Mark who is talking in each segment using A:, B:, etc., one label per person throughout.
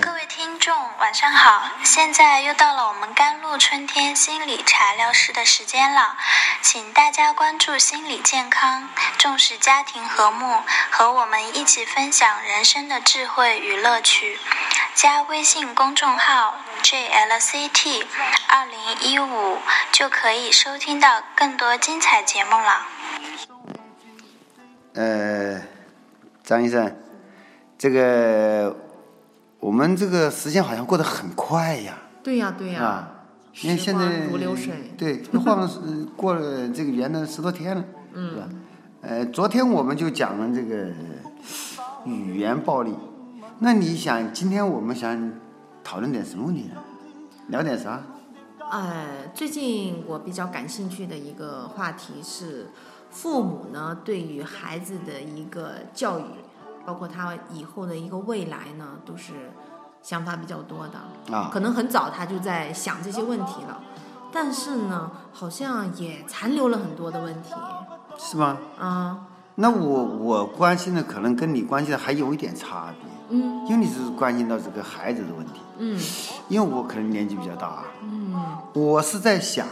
A: 各位听众，晚上好！现在又到了我们甘露春天心理茶疗室的时间了，请大家关注心理健康，重视家庭和睦，和我们一起分享人生的智慧与乐趣。加微信公众号 JLCT 二零一五，就可以收听到更多精彩节目了。
B: 呃，张医生，这个我们这个时间好像过得很快呀，
C: 对呀，对呀，
B: 啊，
C: 时
B: 因为现在
C: 光如流水，
B: 对，一晃呃过了这个元旦十多天了，嗯，是吧？呃，昨天我们就讲了这个语言暴力，那你想今天我们想讨论点什么问题呢？聊点啥？
C: 呃，最近我比较感兴趣的一个话题是，父母呢对于孩子的一个教育，包括他以后的一个未来呢，都是想法比较多的。
B: 啊
C: 可能很早他就在想这些问题了，但是呢，好像也残留了很多的问题。
B: 是吗？
C: 啊、
B: 那我我关心的可能跟你关心的还有一点差别，
C: 嗯，
B: 因为你只是关心到这个孩子的问题，
C: 嗯
B: 因为我可能年纪比较大，啊
C: 嗯
B: 我是在想，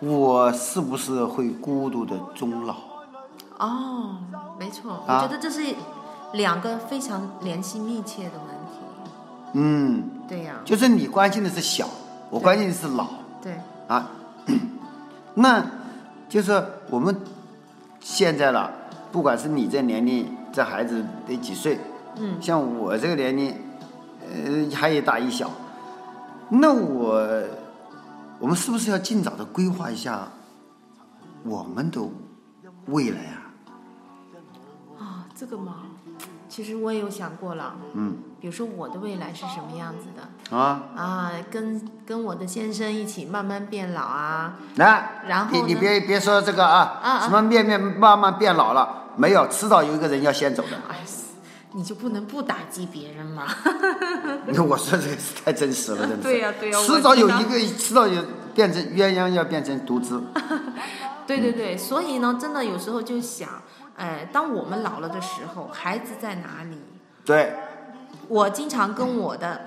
B: 我是不是会孤独的终老？
C: 哦，没错，
B: 啊
C: 我觉得这是两个非常联系密切的问题。
B: 嗯，
C: 对呀、
B: 就是你关心的是小，我关心的是老
C: 对，
B: 啊。那就是我们现在了，不管是你这年龄，这孩子得几岁，
C: 嗯
B: 像我这个年龄，呃，还一大一小，那我我们是不是要尽早的规划一下我们的未来啊？
C: 啊，这个嘛，其实我也有想过了。
B: 嗯
C: 比如说我的未来是什么样子的
B: 啊，
C: 啊？跟跟我的先生一起慢慢变老啊。
B: 来，
C: 然后
B: 你你
C: 呢
B: 别别说这个啊，
C: 啊啊
B: 什么面面慢慢变老了，没有，迟早有一个人要先走的。
C: 哎， 你就不能不打击别人吗？
B: 你 看我说这个是太真实了，真的是。
C: 对呀对呀我
B: 迟早有
C: 知道
B: 一个，迟早有变成鸳鸯要变成独 子。
C: 对对
B: 嗯
C: 对，所以呢，真的有时候就想，哎，当我们老了的时候，孩子在哪里？
B: 对，
C: 我经常跟我的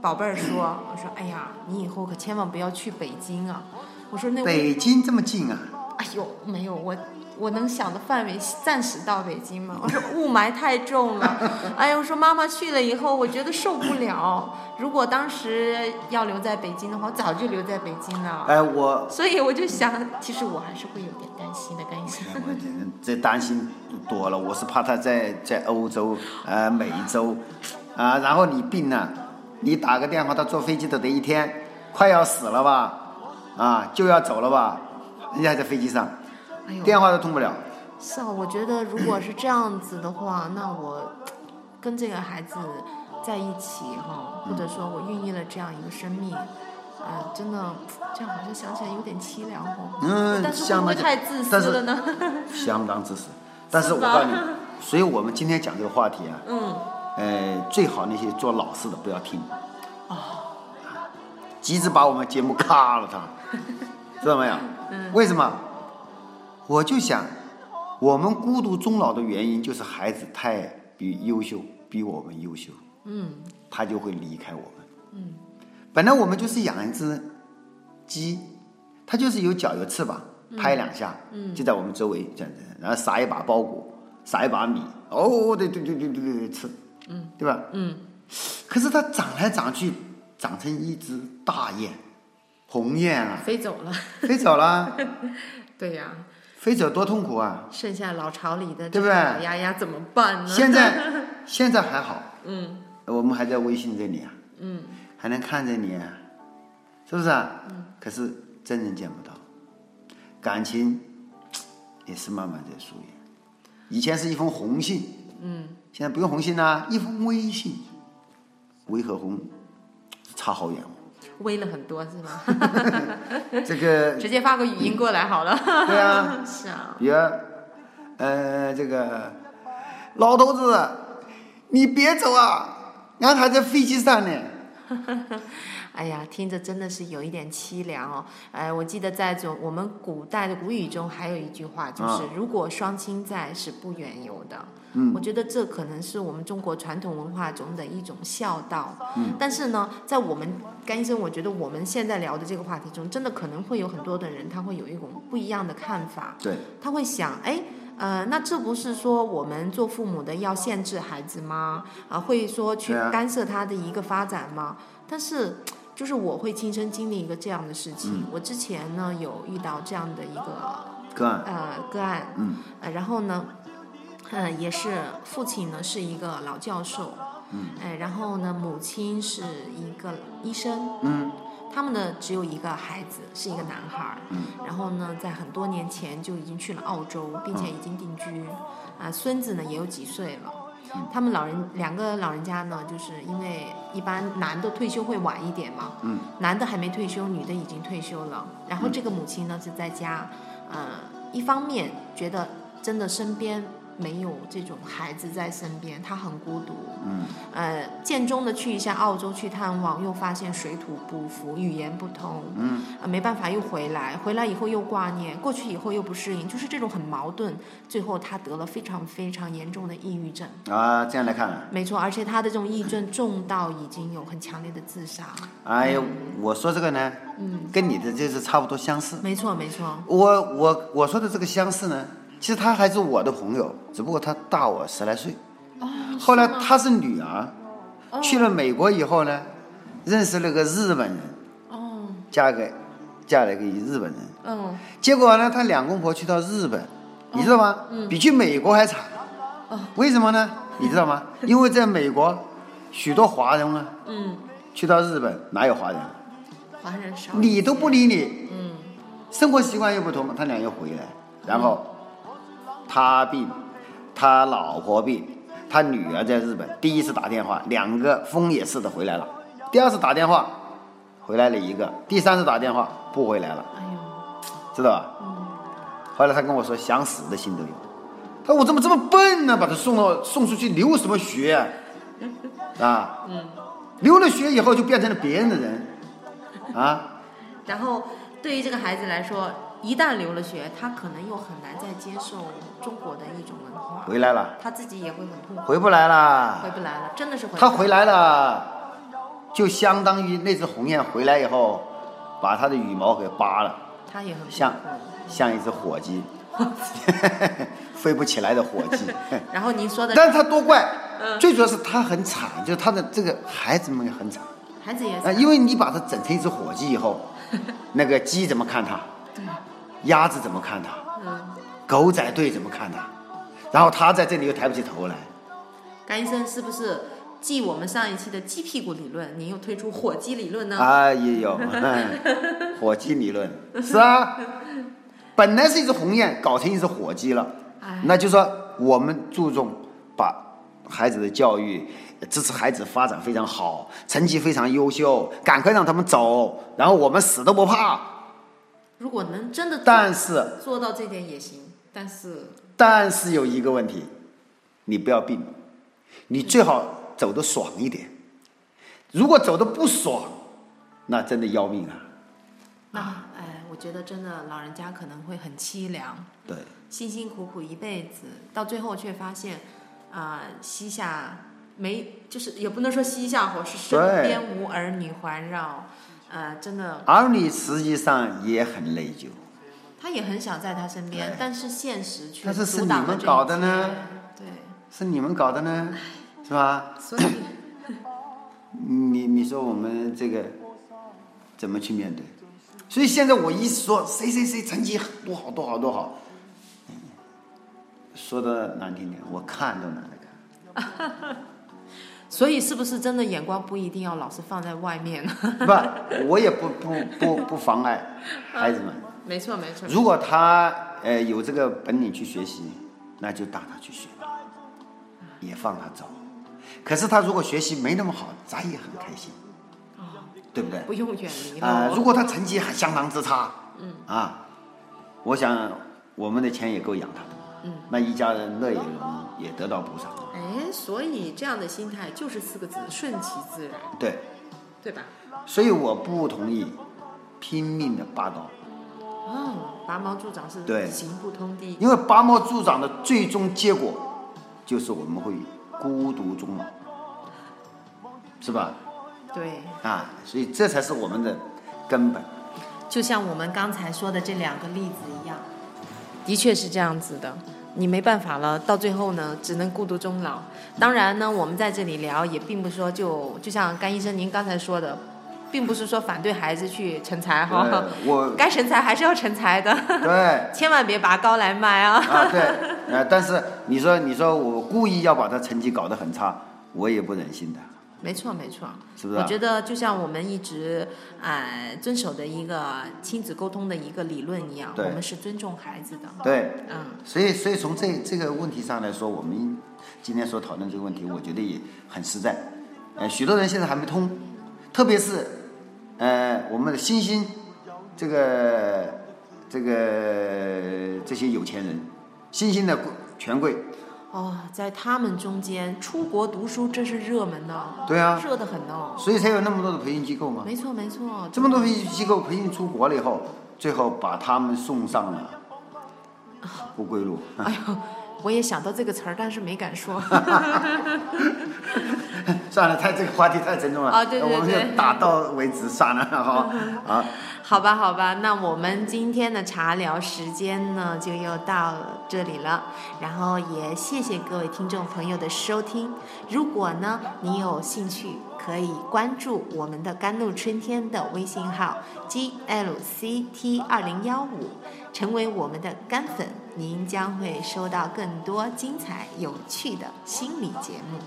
C: 宝贝儿说，我说，哎呀，你以后可千万不要去北京啊！我说那我
B: 北京这么近啊，
C: 哎呦，没有我，我能想的范围暂时到北京吗？我说雾霾太重了，哎呦，我说妈妈去了以后，我觉得受不了。如果当时要留在北京的话，我早就留在北京了。
B: 哎，我
C: 所以我就想，其实我还是会有点担心的，担心。
B: 哎我这担心多了，我是怕他在在欧洲、呃美洲，啊、然后你病了，你打个电话，他坐飞机都得一天，快要死了吧，啊，就要走了吧，人家还在飞机上，
C: 哎呦，
B: 电话都通不了。
C: 是啊，我觉得如果是这样子的话，那我跟这个孩子在一起哈，或者说我孕育了这样一个生命，啊、真的这样好像想起来有点凄凉哦。
B: 嗯
C: 但是会不
B: 像那
C: 会太自私
B: 但是
C: 了呢？
B: 相当自私。但是我
C: 是吧
B: 告诉你，所以我们今天讲这个话题啊，
C: 嗯，
B: 呃，最好那些做老师的不要听，啊，急着把我们节目咔了他，知道没有？为什么？我就想，我们孤独终老的原因就是孩子太比优秀，比我们优秀，
C: 嗯，
B: 他就会离开我们。嗯，本来我们就是养一只鸡，它就是有脚有翅膀，拍两下，嗯，就在我们周围这样子，然后撒一把包谷，撒一把米，哦，对对对对对对对，吃，嗯，对吧？嗯，可是它长来长去，长成一只大雁，鸿雁啊，
C: 飞走了。
B: 飞走了，
C: 对呀、
B: 飞走多痛苦啊！
C: 剩下老巢里
B: 对
C: 的这
B: 不
C: 个
B: 对
C: 老丫丫怎么办呢？
B: 现 在现在还好，嗯，我们还在微信这里啊，嗯，还能看着你、啊，是不是啊？嗯，可是真人见不到，感情也是慢慢在疏远。以前是一封红信，嗯，现在不用红信啦、一封微信，微和红差好远哦。
C: 微了很多是吧？
B: 这 个
C: 直接发个语音过来好了。
B: 对啊，
C: 是啊，
B: 也，呃，这个老头子，你别走啊，俺还在飞机上呢。
C: 哎呀，听着真的是有一点凄凉哦。哎，我记得在总我们古代的古语中还有一句话，就
B: 啊
C: 是“如果双亲在，是不远游”的。我
B: 嗯
C: 觉得这可能是我们中国传统文化中的一种孝道。
B: 嗯
C: 但是呢，在我们甘医生，我觉得我们现在聊的这个话题中，真的可能会有很多的人，他会有一种不一样的看法。
B: 对，
C: 他会想，哎，呃，那这不是说我们做父母的要限制孩子吗？啊、会说去
B: 对啊
C: 干涉他的一个发展吗？但是，就是我会亲身经历一个这样的事情。
B: 嗯
C: 我之前呢有遇到这样的一个
B: 个案，
C: 呃个案，
B: 啊嗯
C: 呃，然后呢，呃，也是父亲呢是一个老教授，
B: 嗯，
C: 哎，然后呢，母亲是一个医生，
B: 嗯
C: 他们呢只有一个孩子，是一个男孩儿，
B: 嗯
C: 然后呢，在很多年前就已经去了澳洲，并且已经定居，啊、孙子呢也有几岁了。
B: 嗯
C: 他们老人两个老人家呢，就是因为一般男的退休会晚一点嘛，
B: 嗯，
C: 男的还没退休，女的已经退休了。然后这个母亲呢是在家，呃，一方面觉得真的身边没有这种孩子在身边，她很孤独，
B: 嗯
C: 呃，间中的去一下澳洲去探望，又发现水土不服，语言不通，
B: 嗯，
C: 呃，没办法又回来，回来以后又挂念，过去以后又不适应，就是这种很矛盾。最后他得了非常非常严重的抑郁症，
B: 啊，这样来看啊，
C: 没错，而且他的这种抑郁症重到已经有很强烈的自杀，
B: 哎呀，我说这个呢，跟你的这是差不多相似。
C: 没错没错，
B: 我我我说的这个相似呢，其实她还是我的朋友，只不过她大我十来岁。后来她哦是哦女儿，去了美国以后呢，认识了个日本人，
C: 哦，
B: 嫁给嫁了个日本人。
C: 嗯，
B: 结果呢，她两公婆去到日本，你知道吗？比去美国还惨。为什么呢？你知道吗？因为在美国，许多华人啊，
C: 嗯，
B: 去到日本哪有华人？
C: 华人少，
B: 理都不理你，嗯，生活习惯又不同，他俩又回来，然后他病，他老婆病，他女儿在日本，第一次打电话，两个疯也似的回来了，第二次打电话回来了一个，第三次打电话不回来了，
C: 哎呦，
B: 知道吧？后来他跟我说，想死的心都有。他说我怎么这么笨呢？把他送到送出去留什么学啊？啊，
C: 嗯
B: 留了学以后就变成了别人的人，啊。
C: 然后对于这个孩子来说，一旦留了学，他可能又很难再接受中国的一种文化，
B: 回来了，
C: 他自己也会很痛苦。
B: 回不来
C: 回
B: 了。
C: 不来了，真的是回不
B: 他
C: 来
B: 回来了，就相当于那只鸿雁回来以后，把它的羽毛给扒了，
C: 他也很
B: 像
C: 痛苦
B: 像一只火 鸡，飞不起来的火鸡。
C: 然后您说的
B: 但是他多怪，最主要是他很惨，就是他的这个孩子们也很惨
C: 孩子也
B: 啊，因为你把他整成一只火鸡以后，那个鸡怎么看他？鸭子怎么看他？
C: 嗯，
B: 狗仔队怎么看他？然后他在这里又抬不起头来。
C: 甘医生是不是继我们上一期的鸡屁股理论，您又推出火鸡理论呢？
B: 啊，也有，哎火鸡理论是啊，本来是一只鸿雁，搞成一只火鸡了。
C: 哎
B: 那就说我们注重把孩子的教育，支持孩子发展非常好，成绩非常优秀，赶快让他们走，然后我们死都不怕。
C: 如果能真的
B: 但是，
C: 做到这点也行，但是
B: 但是有一个问题，你不要病，你最好走得爽一点。如果走得不爽，那真的要命啊！
C: 那哎，我觉得真的老人家可能会很凄凉，
B: 对。
C: 辛辛苦苦一辈子，到最后却发现啊、膝下没就是也不能说膝下火，是身
B: 对
C: 边无儿女环绕，呃，真的
B: 儿女实际上也很内疚，
C: 他也很想在他身边
B: 对，
C: 但是现实却
B: 但是是
C: 阻挡
B: 你
C: 了
B: 们
C: 这一
B: 搞的
C: 切
B: 呢。
C: 对，
B: 是你们搞的呢，是吧？
C: 所以
B: 你你说我们这个怎么去面对？所以现在我一说谁谁谁成绩多好多好多好，说的难听点，我看都懒得看。
C: 所以是不是真的眼光不一定要老是放在外面呢？
B: 不，我也不不不不妨碍孩子们，
C: 没错没错，
B: 如果他呃有这个本领去学习，那就让他去学吧，也放他走。可是他如果学习没那么好，咱也很开心，对哦不对？
C: 不用远离了。
B: 啊、如果他成绩还相当之差，嗯啊，我想我们的钱也够养他的，嗯，那一家人乐也融，也得到补偿，
C: 哎，所以这样的心态就是四个字：顺其自然。
B: 对，
C: 对吧？
B: 所以我不同意拼命的拔刀，
C: 嗯，拔毛助长是
B: 对
C: 行不通的。
B: 因为拔毛助长的最终结果就是我们会孤独终老，是吧？
C: 对，
B: 啊，所以这才是我们的根本。
C: 就像我们刚才说的这两个例子一样，的确是这样子的。你没办法了，到最后呢，只能孤独终老。当然呢，我们在这里聊，也并不是说就就像甘医生您刚才说的，并不是说反对孩子去成才哈，
B: 对，我
C: 该成才还是要成才的，
B: 对。
C: 千万别拔高来卖啊。
B: 啊，对， 呃，但是你说你说我故意要把他成绩搞得很差，我也不忍心的，
C: 没错，没错。
B: 是不是、
C: 我
B: 啊？
C: 觉得就像我们一直呃遵守的一个亲子沟通的一个理论一样，
B: 对
C: 我们是尊重孩子的。
B: 对，
C: 嗯，
B: 所以所以从这这个问题上来说，我们今天所讨论这个问题，我觉得也很实在。呃，许多人现在还没通，特别是呃我们的新兴这个这个这些有钱人，新兴的贵权贵，
C: 哦，在他们中间出国读书这是热门的，
B: 对啊，
C: 热得很呢。
B: 所以才有那么多的培训机构嘛。
C: 没错，没错。
B: 这么多培训机构培训出国了以后，最后把他们送上了不归路。
C: 哎呦，我也想到这个词儿，但是没敢说。
B: 算了，太这个话题太沉重了，
C: 啊对对
B: 我们
C: 对
B: 就打到为止算了 哈。啊，
C: 好吧，好吧，那我们今天的茶聊时间呢，就又到这里了。然后也谢谢各位听众朋友的收听。如果呢你有兴趣，可以关注我们的甘露春天的微信号 G L C T 二零幺五，成为我们的干粉，您将会收到更多精彩有趣的心理节目。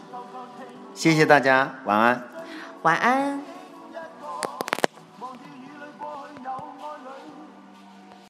B: 谢谢大家，晚安。
C: 晚安。